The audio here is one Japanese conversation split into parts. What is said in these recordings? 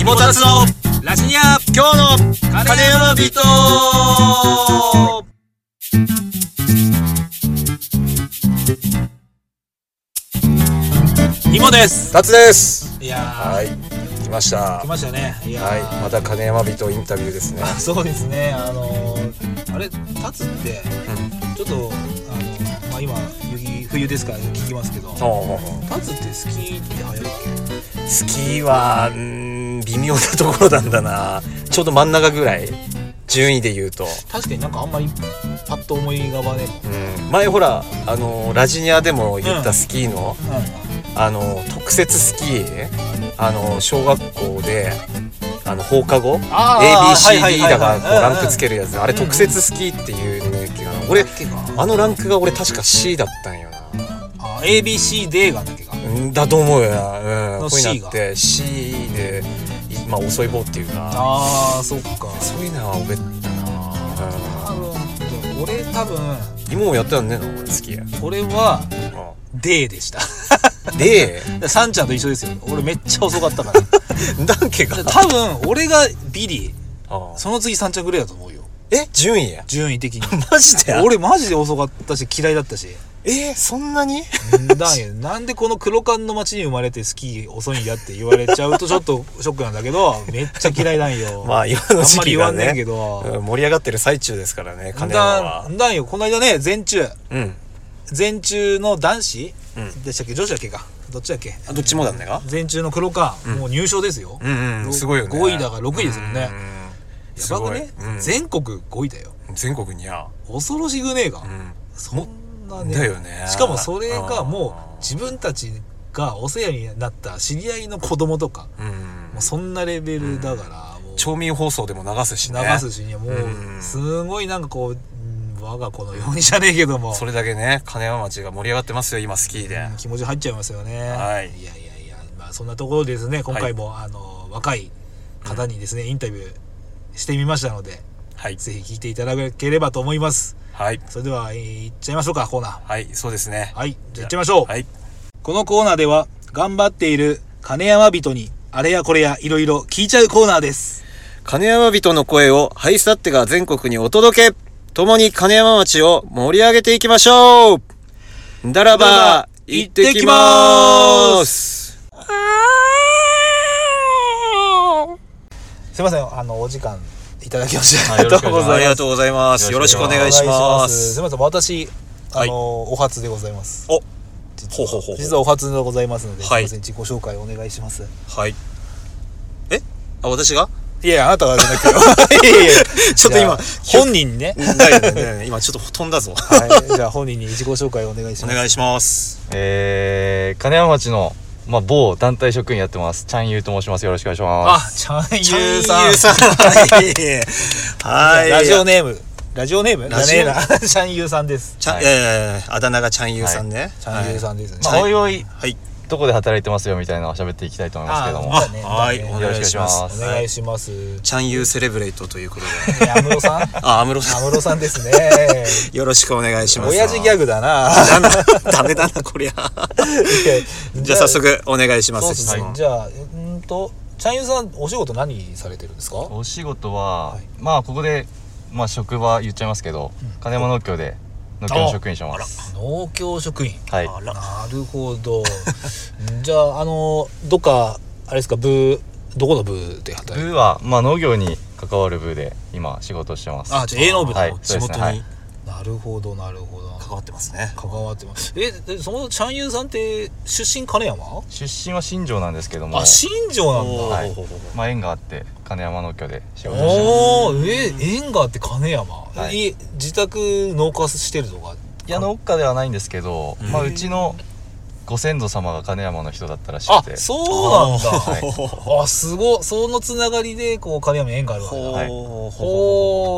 イモタツのラジニア今日の金山人イモです達ですいやはい来ましたー来ましたねいやはいーまた金山人インタビューですねあ そうですねあのー、あれ立つってちょっとあのー、まあ今雪冬ですから聞きますけどほうほうほう立つってスキーって流行るっスキーはうーん微妙なところなんだなちょうど真ん中ぐらい順位で言うと、け確かになんかあんまりパッと思い浮かばねうん、前ほらあのラジニアでも言っうたんスキーの、えなあの特設スキーあの小学校であの放課後あーはいはいは ABCD いはいだからこうランクつけるやつあれうんうん特設スキーっていうのやっけかな俺あのランクが俺確か C だったんよなあ ABCD がだっけかうんだと思うよな、うのん、こういう C のがあって C で、いまあ、遅い方っていうかあーそっかそういうのは俺った多な、分俺多分うん、今もやったよね俺好きや、俺はう D でしたん、で サンちゃんと一緒ですよ俺めっちゃ遅かったから だっけか多分俺がビリあその次サンちゃんぐらいだと思うよえ順位や順位的 にマジで俺マジで遅かったし嫌いだったしえそんなになんやなんでこの黒缶の町に生まれてスキー遅いんやって言われちゃうとちょっと ショックなんだけどめっちゃ嫌いなんよ まあ今のあん時まり期言わがんねんねけど、うん盛り上がってる最中ですからね金山だはんだんよこの間ね全中うん全中の男子うんでしたっけ女子だっけかどっちだっけあどっちもだねが全中の黒川、うんもう入賞ですよ、うんうろんすごいよね5位だから6位ですもんねうんうんすやばごくいね、うん全国5位だよ全国にや恐ろしくねえか、うんそんなねだよねしかもそれがもうあー自分たちがお世話になった知り合いの子供とかうんもうそんなレベルだから、もう町民放送でも流すしね流すしにはもううんすごいなんかこう、うん我が子のようにじゃねえけどもそれだけね金山町が盛り上がってますよ今スキーで、うん気持ち入っちゃいますよね。はいやいやいや、まあそんなところですね。今回も、あの若い方にですね、インタビューしてみましたので、はいぜひ聞いていただければと思います。はいそれでは、えーいっちゃいましょうか、コーナー。はいそうですねはい、じゃあいっちゃいましょう。はいこのコーナーでは、頑張っている金山人に、あれやこれやいろいろ聞いちゃうコーナーです。金山人の声をハイスタッテが全国にお届け共に金山町を盛り上げていきましょうならばば行行っっててききまますすすいません、あの、お時間いただきまして、あありがとうご あざりいまがす。とうございます。よろしくお願いします。お願いします。すみません、私、あはいの、お初でございます。お、実はほうほうほうほう実はお初でございますので、はいすいません自己紹介お願いしますはい。えあ、私がいやいやあなたはじゃなくて いやいやちょっと今、じゃあ本人にね、だよね今ちょっと飛んだぞ。はい、じゃあ本人に自己紹介お願いし おます願いします。えー、金山町の、まあ、某団体職員やってます。チャンユーと申します。よろしくお願いしまあす。ちゃんゆうさん さん。はい。ラジオネームラジオネームララジオジオネームちゃんゆうさんですちゃん、はいえーあだ名がちゃんゆうさんね。ちゃんゆうさんですね、まあ、おいおい、はい。どこで働いてますよみたいなのを喋っていきたいと思いますけども。あはーねはい。だおね願いしまおす。お願いしますねちゃんゆうセレブレイトということで。 安室さん安あ、安室さ室さんですねん。よろしくお願いします。親父ギャグだなだな。ダメだな、こ りゃ。じゃあ早速お願いしまそうす。です質ね、問。じゃあうーんとちゃんゆうさんお仕事何されてるんですかお仕事は、はいまあ、ここで、まあ、職場言っちゃいますけど、金山農協で、農協の職員してます。農協職員はい。あらなるほど じゃああのどっかあれですか部どこの部で働いて部は、まあ、農業に関わる部で、今、仕事をしてます。あじゃあ営農部だはい仕そうで事すねはいになるほどなるほど関わってますね。関わってますえでそのちゃんゆうさんって出身金山出身は新庄なんですけどもあ、新庄なんだはいほうほうほうまあ、縁があって、金山農協で仕事をしてます。おーえ縁があって金山、はいえ自宅農家してるとかいや農家ではないんですけど、うんまあ、うちのご先祖様が金山の人だったらしあくてそうなんだはほうほうほうあすごいそのつながりでこう金山に縁があるわけだうはいほう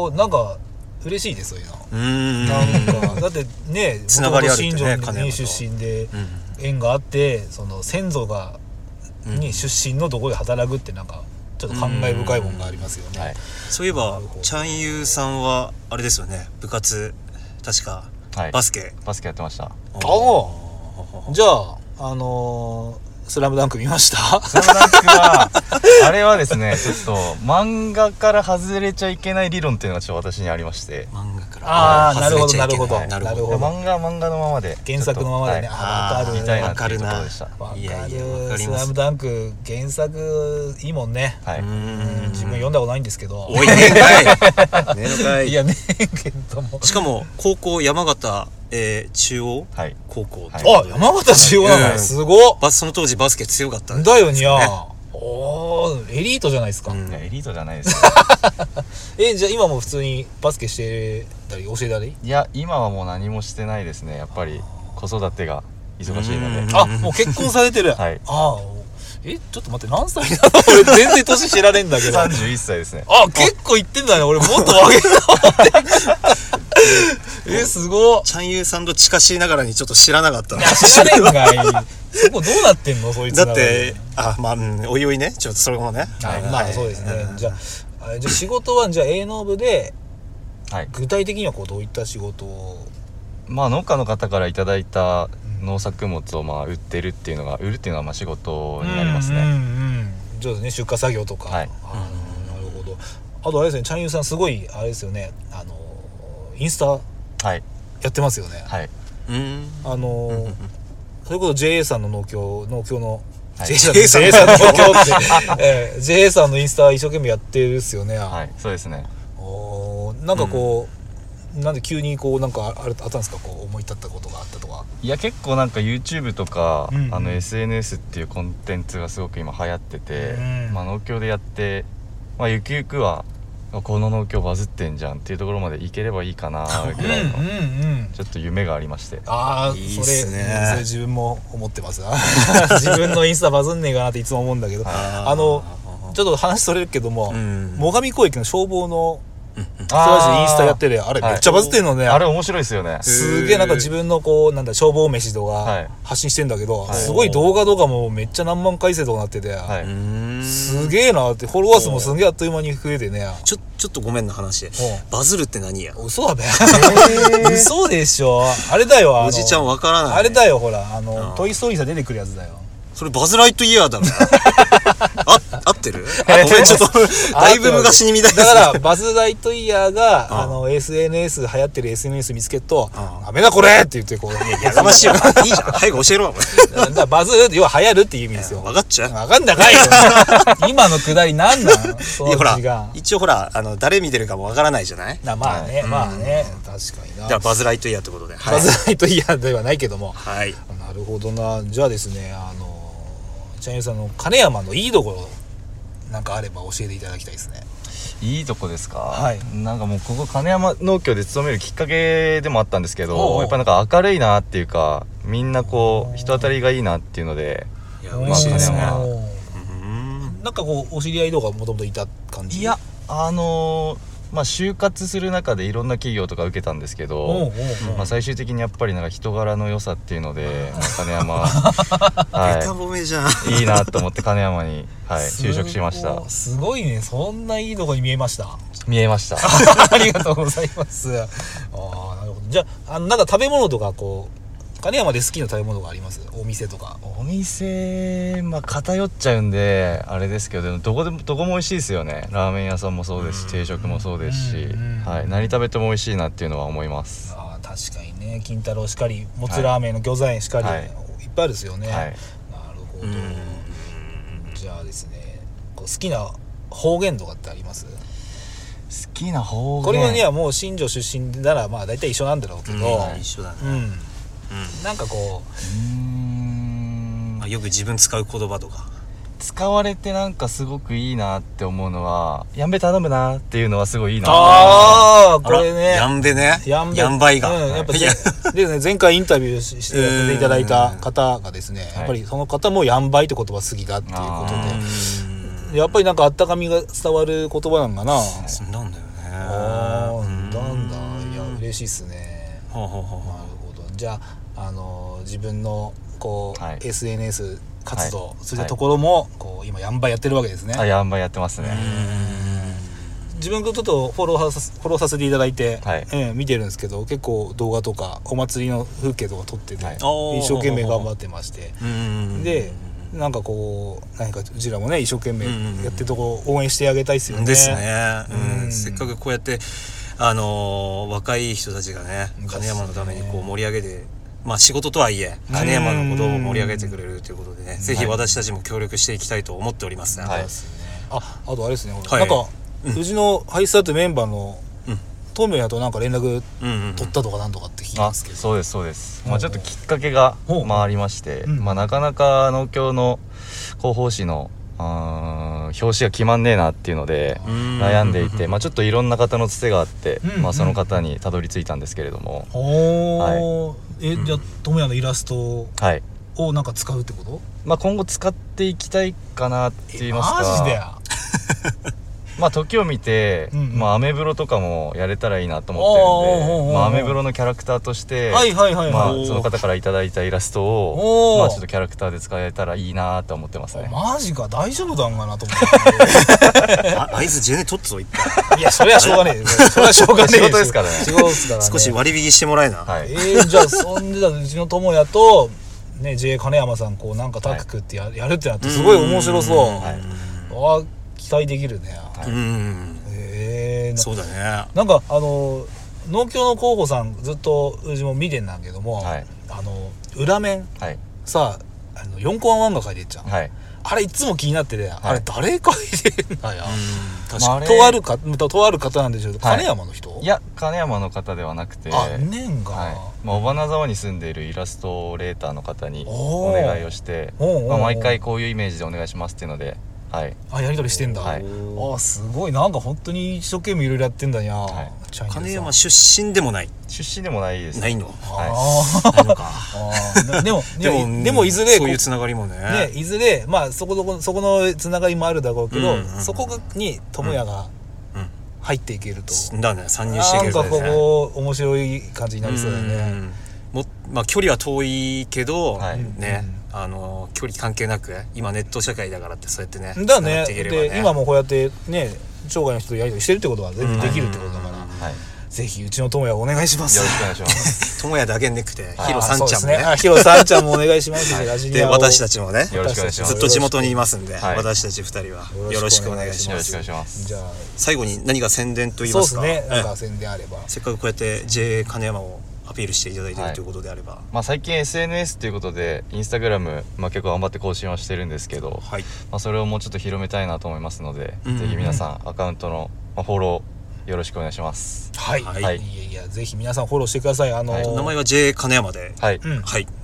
ほうなんか嬉しいですそういうのうーんなんかだってね つながりあるってね元々新庄金に山と出身でうん縁があってその先祖がうんに出身のところで働くってなんかちょっと感慨深いもんがありますよね、はい、そういえなばるほどチャンユーさんはあれですよね部活確かはい、ババススケケやってましたああじゃああのースラムダンク見ましたスラムダン クはあれはですねちょっと漫画から外れちゃいけない理論っていうのがちょっと私にありまして漫画からあーはい外れちゃいけいなるほどななるるほほどど漫画は漫画のままで原作のままでねちょっとあーわかるみたいなわかるっていうとこなろでしたわかる いやいやわかりスまラすムダンク原作いいもんね、はい、うん自分読んだことないんですけど多いねえ んかいねえのかいいやねえけどもしかも高校山形、えー中央はい、高校はいあ山形中央なの、うんすごっバスその当時バスケ強かったんでだよにゃおーエリートじゃないですか、うんいやエリートじゃないです よえじゃあ今も普通にバスケしてたり教えたりいや今はもう何もしてないですねやっぱり子育てが忙しいのうんであもう結婚され てる、はいああえちょっと待って何歳なの 俺全然年知らねえんだけどあ31歳ですね結構いってんだね俺もっと若いな えすごっチャンユーさんと近しいながらにちょっと知らなかったな知らねえんかいそこどうなってんのそいつだらってあまあ、うんおいおいねちょっとそれもねはいまあそうですね、じゃああれじゃあ仕事はじゃあ営農部ではい具体的にはこうどういった仕事をまあ農家の方からいただいた農作物をまあ売ってるっていうのが売るっていうのはまあ仕事になりますね、うんうんそうですね出荷作業とか、はいあーなるほどあとあれですねチャンユーさんすごいあれですよねあのインスタやはいってますよね、はいうんあのーそれこそ JA さんの農協農協の、はい JA さん JA さんの農協って、 ええ JA さんのインスタ一生懸命やってるっすよね、はいそうですねおーなんかこう、なんで急にこうなんかああれあったんですかこう思い立ったことがあったとかいや結構なんか YouTube とか、うんあの SNS っていうコンテンツがすごく今流行ってて、うんまあ、農協でやって、まあ、ゆくゆくはあこの農協バズってんじゃんっていうところまでいければいいかなぐらいのんちょっと夢がありましてああいいそっれすねそれ自分も思ってます 自分のインスタバズんねえかなっていつも思うんだけど、あのちょっと話それるけども、うん最上公駅の消防の人あたーちインスタやってるあれはいめっちゃバズってんのね、あれ面白いですよねすげえなんか自分のこうなんだ消防飯とはいか発信してんだけど、はいすごい動画とかもめっちゃ何万回生とかなってて、はいうーんすげえなってフォロワー数もすげえあっという間に増えてねちょちょっとごめんな話うバズるって何や嘘だべ、 嘘でしょあれだよあのおじちゃんわからないあれだよほらあのうんトイ・ストーリーさ出てくるやつだよそれバズ・ライトイヤ ーだろあ合ってるあごめん ちょっとだいぶ昔に見たいだですからバズ・ライトイヤーが、うんあの SNS 流行ってる SNS 見つけると「うんダメだこれ!」って言って こうやかましいわいいじゃん早く教えろだからバズるって要は流行るっていう意味ですよ分かっちゃうわかんなかいよ今のくだりなんなんそいのやほ時ら間一応ほらあの誰見てるかもわからないじゃないなまあね、まあね確かにじゃなあバズ・ライトイヤーってことではバいズ・ライトイヤーではないけどもはいなるほどなじゃあですねあのチャンユーさんの金山のいいところなんかあれば教えていただきたいですねいいとこですか、はいなんかもうここ金山農協で勤めるきっかけでもあったんですけおどうやっぱなんか明るいなっていうかみんなこう人当たりがいいなっていうのでいや美嬉味ししいいでですすねねうんなんかこうお知り合いとかもともといた感じいやあのーまあ就活する中でいろんな企業とか受けたんですけどおうおうおうまあ、最終的にやっぱりなんか人柄の良さっていうので、まあ金 山、ベタは褒めじゃんい、いいなと思って金山に、はい、すご就い職しましたすごいねそんないいとこに見えました 見えましたありがとうございますああなるほどじゃああのなんか食べ物とかこう金山で好きな食べ物がありますお店とかお店、まあ、偏っちゃうんであれですけどでもどこでもどこも美味しいですよねラーメン屋さんもそうですし定食もそうですしうん、はい、何食べても美味しいなっていうのは思います、ああ確かにね金太郎しかりもつラーメンの餃子園しかり、はいい、っぱいあるですよね、はい、なるほど、うんじゃあですねこう好きな方言とかってあります好きな方言これはねもう新庄出身ならまあ大体一緒なんだろうけど、一緒だねうんうなんかこうーんんあよく自分使う言葉とか使われてなんかすごくいいなって思うのはやんべ頼むなっていうのはすごいいいうなああこあられねやんべねやんべやんばいがうん、やっぱいやででね前回インタビューししてやっていただいた方がですねんやっぱりその方もやんばいって言葉好きだっていうことうんでやっぱりなんかあったかみが伝わる言葉なんかな そんなんだよねあうーなんだいや嬉しいっすねほうほうほうなほるほどじゃあ、あの自分のこう、はい SNS 活動、はいそういったところも、こう今やんばいやってるわけですね、あやんばいやってますねううん自分がちょっとフォローさせフォローさせていただいて、はいええ見てるんですけど結構動画とかお祭りの風景とか撮ってて、はいおー一生懸命頑張ってましてうんでなんかこう何かうちらもね一生懸命うんうんうんやってるとこ応援してあげたいですよね。ですね、うんうんせっかくこうやって、あのー若い人たちがね金山のためにこう盛り上げて、まあ、仕事とはいえ金山のことを盛り上げてくれるということでね、ぜひ私たちも協力していきたいと思っておりますね、はいああとあれですね、ほらはいなんか、うちのハイスターってメンバーのうんトミヤとなんか連絡うんうんうん取ったとかなんとかって聞きあますけど、そうですそうです、ほまうあ、ちょっときっかけがほう回りまして、うんまあ、なかなか農協の広報誌のあー表紙が決まんねえなっていうのでうん悩んでいて、まあ、ちょっといろんな方のつてがあって、うんまあ、その方にたどり着いたんですけれども、おーえうんじゃあトモヤのイラストはいをなんか使うってことまあ、今後使っていきたいかなって言いますかマジでまあ時を見て、うんうんまあ、アメブロとかもやれたらいいなと思ってるんおーおーおーおでーまあアメブロのキャラクターとして、はいはいはいはい、まあ、その方からいただいたイラストおーを、まあ、ちょっとキャラクターで使えたらいいなと思ってますね。マジか大丈夫だんかなと思ああいつジェネ取っつぞ一回って いやそれはしょうがねえよそれはしょうがねえ仕事ですからね仕事ですからね少し割引してもらえな、はい。えー、じゃあそんでだとうちの友也とね J 金山さんこうなんかタッグ組ってや,、やるってなってすごい面白そう、うんあいあ期待できるね、うんうんええそうだねなんかあの農協の候補さんずっとうちも見てんだけども、はいあの裏面はい。さあの4コマ漫画書いてっちゃん、はい。あれいつも気になってて、あれ誰書いてんだよ、確まかあれとあるかとある方なんでしょうけどはい金山の人、いや、金山の方ではなくて、あ年が、はい。まあ、尾花沢に住んでいるイラストレーターの方におおー願いをして、おうおうおうまあ、毎回こういうイメージでお願いしますっていうので、はい。あやり取りしてんだ、はいああすごいなんか本当に一生懸命いろいろやってんだにゃ、はチャイニーにズさん金山出身でもない出身でもないです。ないのはあないのーかあー でも でもでもいずれそういうこつながりもねうねいずれまあそこどこそこのつながりもあるだろうけど、うんうんうんそこに智也がうん入っていけると、だね参入していなんけるとかねここ面白い感じになりそうだようねんもまあ距離は遠いけど、はいね、あの距離関係なく今ネット社会だからってそうやってねだ繋がねっていければで今もこうやってね生涯の人とやり取りしてるってことは全部できるってことだから、うんい。はい。よぜひうちの智也お願いしまろすしくお願いします。友也だけねくてあーヒロさんちゃんそうもでねすねあヒロさんちゃんもお願いしますし、ラジニでアを私たちもねよろしくお願いしますずっと地元にいますんで、はい私たち二人はよよろろししくくおお願願いいししまよまろしくおす願いします。じゃあ最後に何か宣伝と言いそうまですすかねなんえかえ宣伝あれば、せっかくこうやって JA 金山をアピールしていただいてるはいということであればまあ、最近 SNS ということでインスタグラム、まあ、結構頑張って更新はしてるんですけど、はいまあ、それをもうちょっと広めたいなと思いますので、うんぜひ皆さんアカウントの、まあ、フォローよろしくお願いしますはい、、はいいやいやぜひ皆さんフォローしてくださいあのーはい名前は JA 金山では、はいい、うん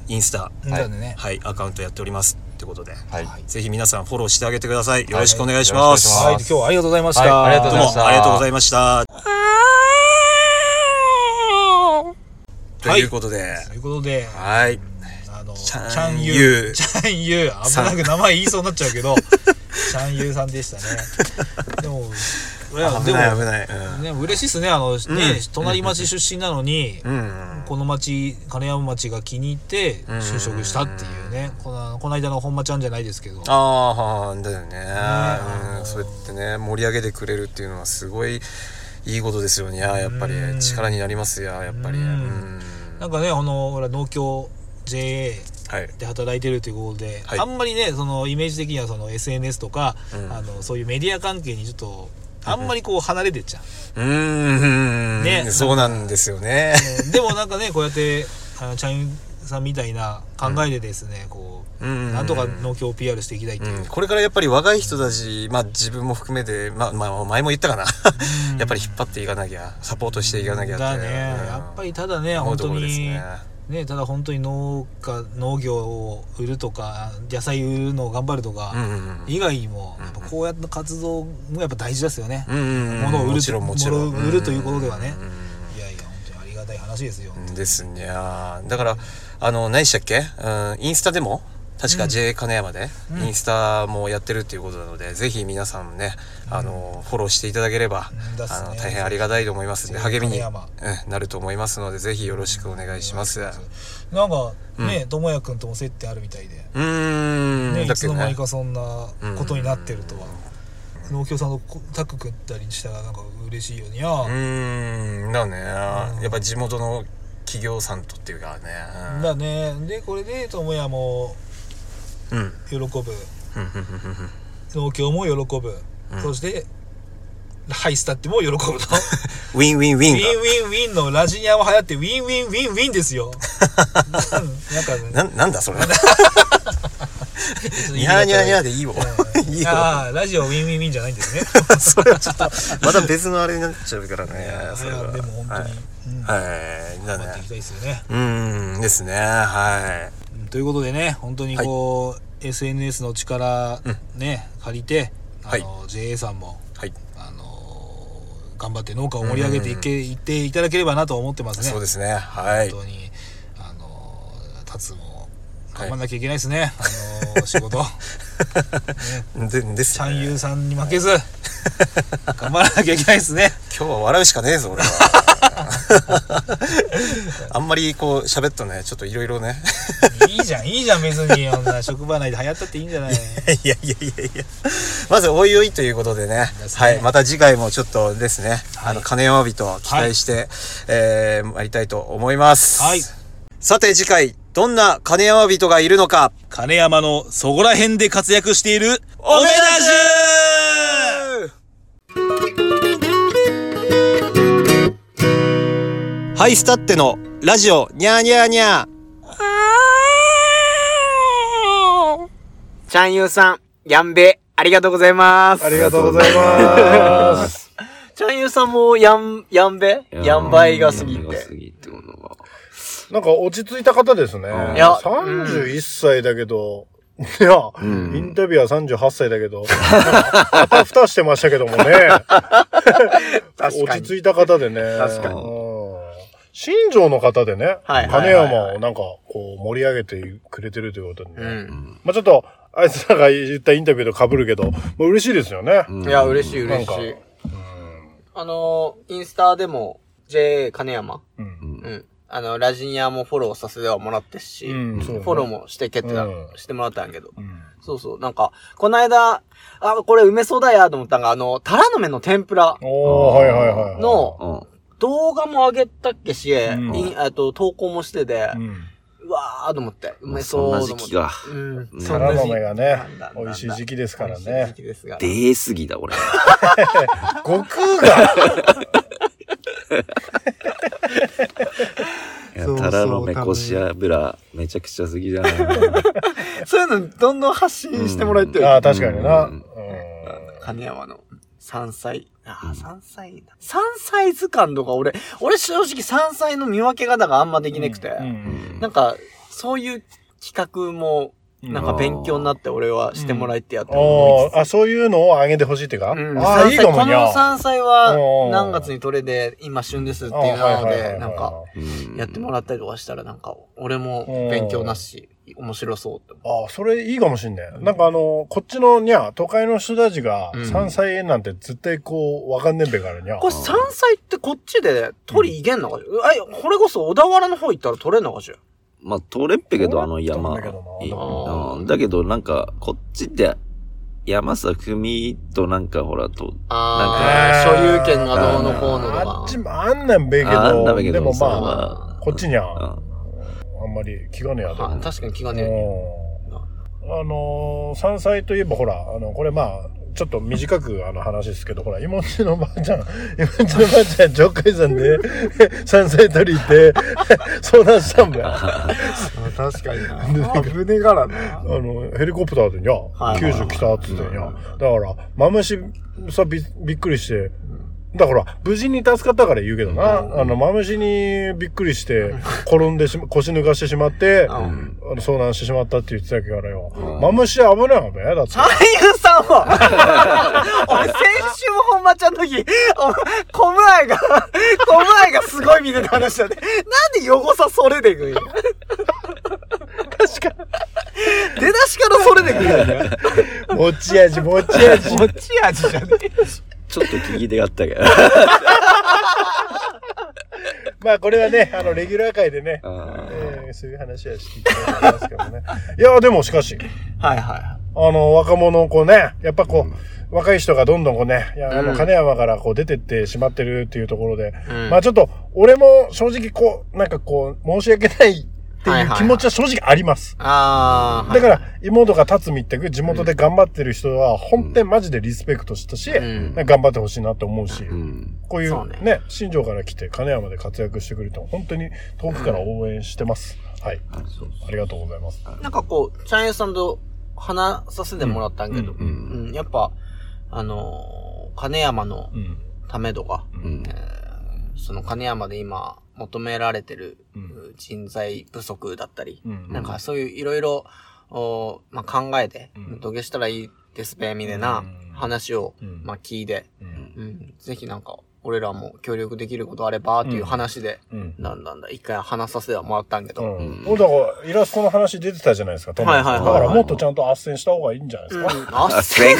インスタなんでね、はいアカウントやっておりますってことではい、はいぜひ皆さんフォローしてあげてください。よろしくお願いしよまろしくお願いしす。ますはい、今日はありがとうございました、はいありがとうどごうもざいましたありがとうございました。ということで、ということで、はい。あのチチャャンンユユーーチャンユー危さんなく名前言いそうになっちゃうけどチャンユーさんでしたねでもいや危ない危でない。もね嬉しいっすねあの、ね隣町出身なのに、うん。うんこの町金山町が気に入って就職したっていうね、このこの間の本間ちゃんじゃないですけどああ、だよねね。うんそうやってね、盛り上げてくれるっていうのはすごいいいことですよね。やっぱりうん力になりますよ、やっぱり。ううんんなんかねあのほら農協 JA はい。で働いてるということで、はいあんまりねそのイメージ的にはその SNS とか、うんあのそういうメディア関係にちょっとあんまりこう離れてっちゃう、うーん。ね そうなんですよね。うんでもなんかねこうやってあのチャインさんみたいな考えでですね、こう、うんなんとか農協を PR していきたいっていう、うん、これからやっぱり若い人たち、まあ、自分も含めて、まあまあ、前も言ったかな やっぱり引っ張っていかなきゃサポートしていかなきゃだね、うんやっぱりただね思本うと当ころですにねねただ本当に農家農業を売るとか野菜売るのを頑張るとか、うんうん以外にもやっぱこうやって活動もやっぱ大事ですよね、うんうんうん物を売るもちろんもちろん物を売るということではねうんうんいやいや本当にありがたい話ですよ、うんうんですにゃだからあの何でしたっけ、うん、インスタでも確うんか J 金山で、うんインスタもやってるっていうことなので、ぜひ皆さんねあの、フォローしていただければ、うんだっすねあの大変ありがたいと思いますんで J 励みに、金山うんなると思いますのでぜひよろしくお願いします。なんかね智也君とも接点あるみたいで、うーん、ね、いだつの間にかそんなことになってるとは、農協さんのこタック食ったりしたらなんか嬉しいよにゃ、うーんだねうんやっぱ地元の企業さんとっていうかねだねでこれで智也もうんうん喜ぶうんうんうんうん農協も喜ぶ、うんそしてハイスタっても喜ぶと ウウィンウィンウィィンンがウィンウィンのラジニアも流行ってウィンウィンウィンウィンですようんなんかねななんだそれ ちょっと言いニ方ャがーニャーニャーでいいよ いいよああラジオウィンウィンウィンじゃないんですねそれはちょっとまた別のあれになっちゃうからねそれはでも本当に、うんはい、はい、だ頑張っていねきたいですよね、うんですねはうんということでね本当にこう、SNS の力ね、借りてあの、JA さんもいはいあの頑張って農家を盛り上げていけ、いっていただければなと思ってますねそうですねはい本当にあの達も頑張んなきゃいけないですね、あ の仕事ねでですちよゃねんゆうさんに負けず 頑張らなきゃいけないですね今日は笑うしかねえ ぞ俺はあんまりこう喋っとねちょっといろいろねいいじゃんいいじゃん別に女職場内で流行ったっていいんじゃないいやいやいやいやまずおいおいということでねですねはいまた次回もちょっとですね、はいあの金山人を期待して、えー参りたいと思います、はいさて次回どんな金山人がいるのか 金山のそこら辺で活躍しているおめだじゅーハイスタッテのラジオニャーニャーニャーちゃんゆうさん、やんべ、ありがとうございます。ありがとうございます。ちゃんゆうさんも、やん、やんべやんばいが過ぎやんばいが過て。ぎってものが。なんか落ち着いた方ですね。んいや31歳だけど、いや、んインタビュアー38歳だけど、あたふたしてましたけどもね。 確落かちに。着いた方でね。確かにうん新庄の方でね、はいはい金山をなんかこう盛り上げてくれてるということでね。うん。まあちょっと、あいつらが言ったインタビューと被るけど、もう嬉しいですよね。いや、嬉しい、な嬉んしか、い。あの、インスタでも、JA 金山。うん。うん。あの、ラジニアもフォローさせてはもらってすし、うんそうだねフォローもしてけってな、うんしてもらったんやけど。うんそうそう。なんか、この間、あ、これ梅そうだやと思ったんが、あの、タラの芽の天ぷらおー、はいはいはいはい。のうん。動画も上げたっけし、んいあと投稿もしてて、う。うんわーと思って、うめそうとそ思んなっ時て。期がうん。タラの芽がねなんだなんだ、美味しい時期ですから美味しい時ね。期ですが。出えすぎだ、 俺。悟空がいやタラのめこし油、めちゃくちゃすぎじゃん。 そういうのどんどん発信してもらいたい。ああ、確かにな。ううんん。金山の山菜。ああ、山菜だ。山菜図鑑とか俺、俺正直山菜の見分け方があんまできなくて、うんなんか、そういう企画も、なんか勉強になって俺はしてもらいてやって思おいつつーあ、そういうのをあげてほしいってかうんああ、いいかも山菜にこのゃ。山菜うはん何月に取れで今旬ですってあーいうはいのはいはいで、はいなんかやってもらったりとかしたらなんか俺も勉強なし、面白そうって思う。ああ、それいいかもしんね。なんかあの、こっちのにゃ、都会の人たちがうん山菜なんて絶対こう、わかんねえべからにゃ。これ山菜ってこっちで取りいけんのかしら、あいこれこそ小田原の方行ったら取れんのかしらまあ、取れっぺけど、あの山。取れっぺけどなうんだけど、なんか、こっちって、山さみとなんか、ほら、と、ああ、なんか所有権がどうのこうのとあかっ。ちもあんなんべけあんなど、べけどでもそうまあ、まこっちにゃ、ああ、んまり気がねえやとあ確かに気がね。うんあのー山菜といえばほら、あの、これまあ、ちょっと短くあの話ですけど、ほら、妹のばあちゃん、 妹のばあちゃん、上海山で 山菜取り行って、 遭難したんだよ。確かに な。危ねがらな。あの、ヘリコプターでにゃ、はい90来たっつってにゃ。だから、マムシさびびっくりして、だから、無事に助かったから言うけどな、あの、マムシにびっくりして、転んでしま、 腰抜かしてしまって、あうんの遭難してしまったって言ってたからよう。んマムシ危ないわべ、だって。俳優さん は俺先週も本間ちゃんの時、おコムアイが、 コムアイがすごいみたいな話だね。なんで汚さそれでくんや。確か出だしからそれでくんやね。持ち味、持ち味。 持ち味じゃねちょっと聞き手があったけど。 まあ、これはね、あの、レギュラー界でね、あえーそういう話はしていただきますけどね。いや、でもしかし、はいはい。あの、若者をこうね、やっぱこう、若い人がどんどんこうね、いやあうのん金山からこう出てってしまってるっていうところで、うんまあちょっと、俺も正直こう、なんかこう、申し訳ないってはいいはいうはい気持ちは正直あります。ああ。だから、妹が立つみってく地元で頑張ってる人は、本当にマジでリスペクトしたし、ん頑張ってほしいなと思うし、うん。こういそううねね、新庄から来て金山で活躍してくれても、本当に遠くから応援してます。はい。あそうありがとうございます。なんかこう、チャンエンさんと話させてもらったんやけど、うんうんうんやっぱ、あのー金山のうん。ためとか、うん。えーその金山で今求められてるう人材不足だったり、うんなんかそういういろいろ、おまあ、考えてうん、土下したらいいですべ、みたいなうん話を、うんまあ聞いて、うん。うん、ぜひなんか、俺らも協力できることあれば、っていう話で、うん。なんだなんだ、一回話させてはもらったんやけど、うん。俺だから、イラストの話出てたじゃないですか、トムさんはいはいはだいからもっとちゃんと斡旋した方がいいんじゃないですか。ああ、っせん。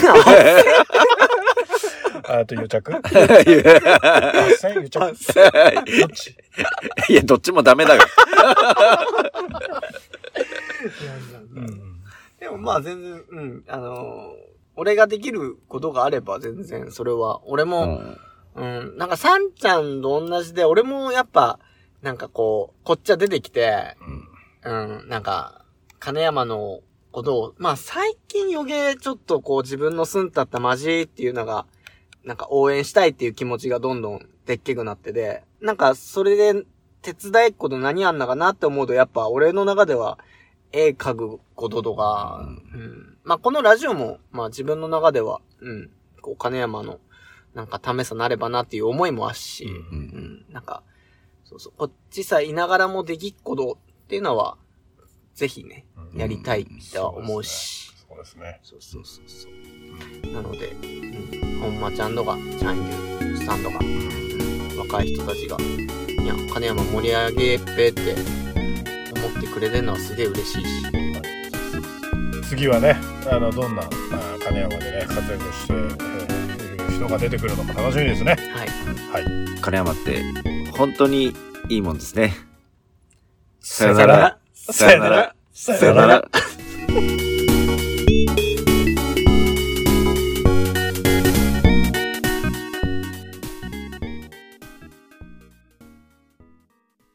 あと、癒 着斡旋、癒着どっちいや、どっちもダメだが。うん。でもまあ全然、うん、あのー俺ができることがあれば全然それは、俺うも、んうん、なんかサンちゃんと同じで、俺もやっぱ、なんかこう、こっちは出てきて、うん、なんか、金山のことを、まあ最近余計ちょっとこう自分の住んだったマジっていうのが、なんか応援したいっていう気持ちがどんどんでっけくなってで、なんかそれで手伝いっこと何あんなかなって思うとやっぱ俺の中では絵描くこととか、うん、まあこのラジオもまあ自分の中では、うん、こう金山のなんか試さなればなっていう思いもあるし、うんうんうん、なんか、そうそう、こっちさえいながらもできっことっていうのは、ぜひね、うんやりたいっては思うし。そうですね。そうそうそうそう。なので、うん、本間ちゃんとか、チャンユーさんとか、うん若い人たちが、いや、金山盛り上げっぺって思ってくれてるのはすげえ嬉しいし。次はねあのどんなあー金山でね活躍してえーいる人が出てくるのか楽しみですねはい。金山って、本当にいいもんですね。さよなら。さよならさよなら。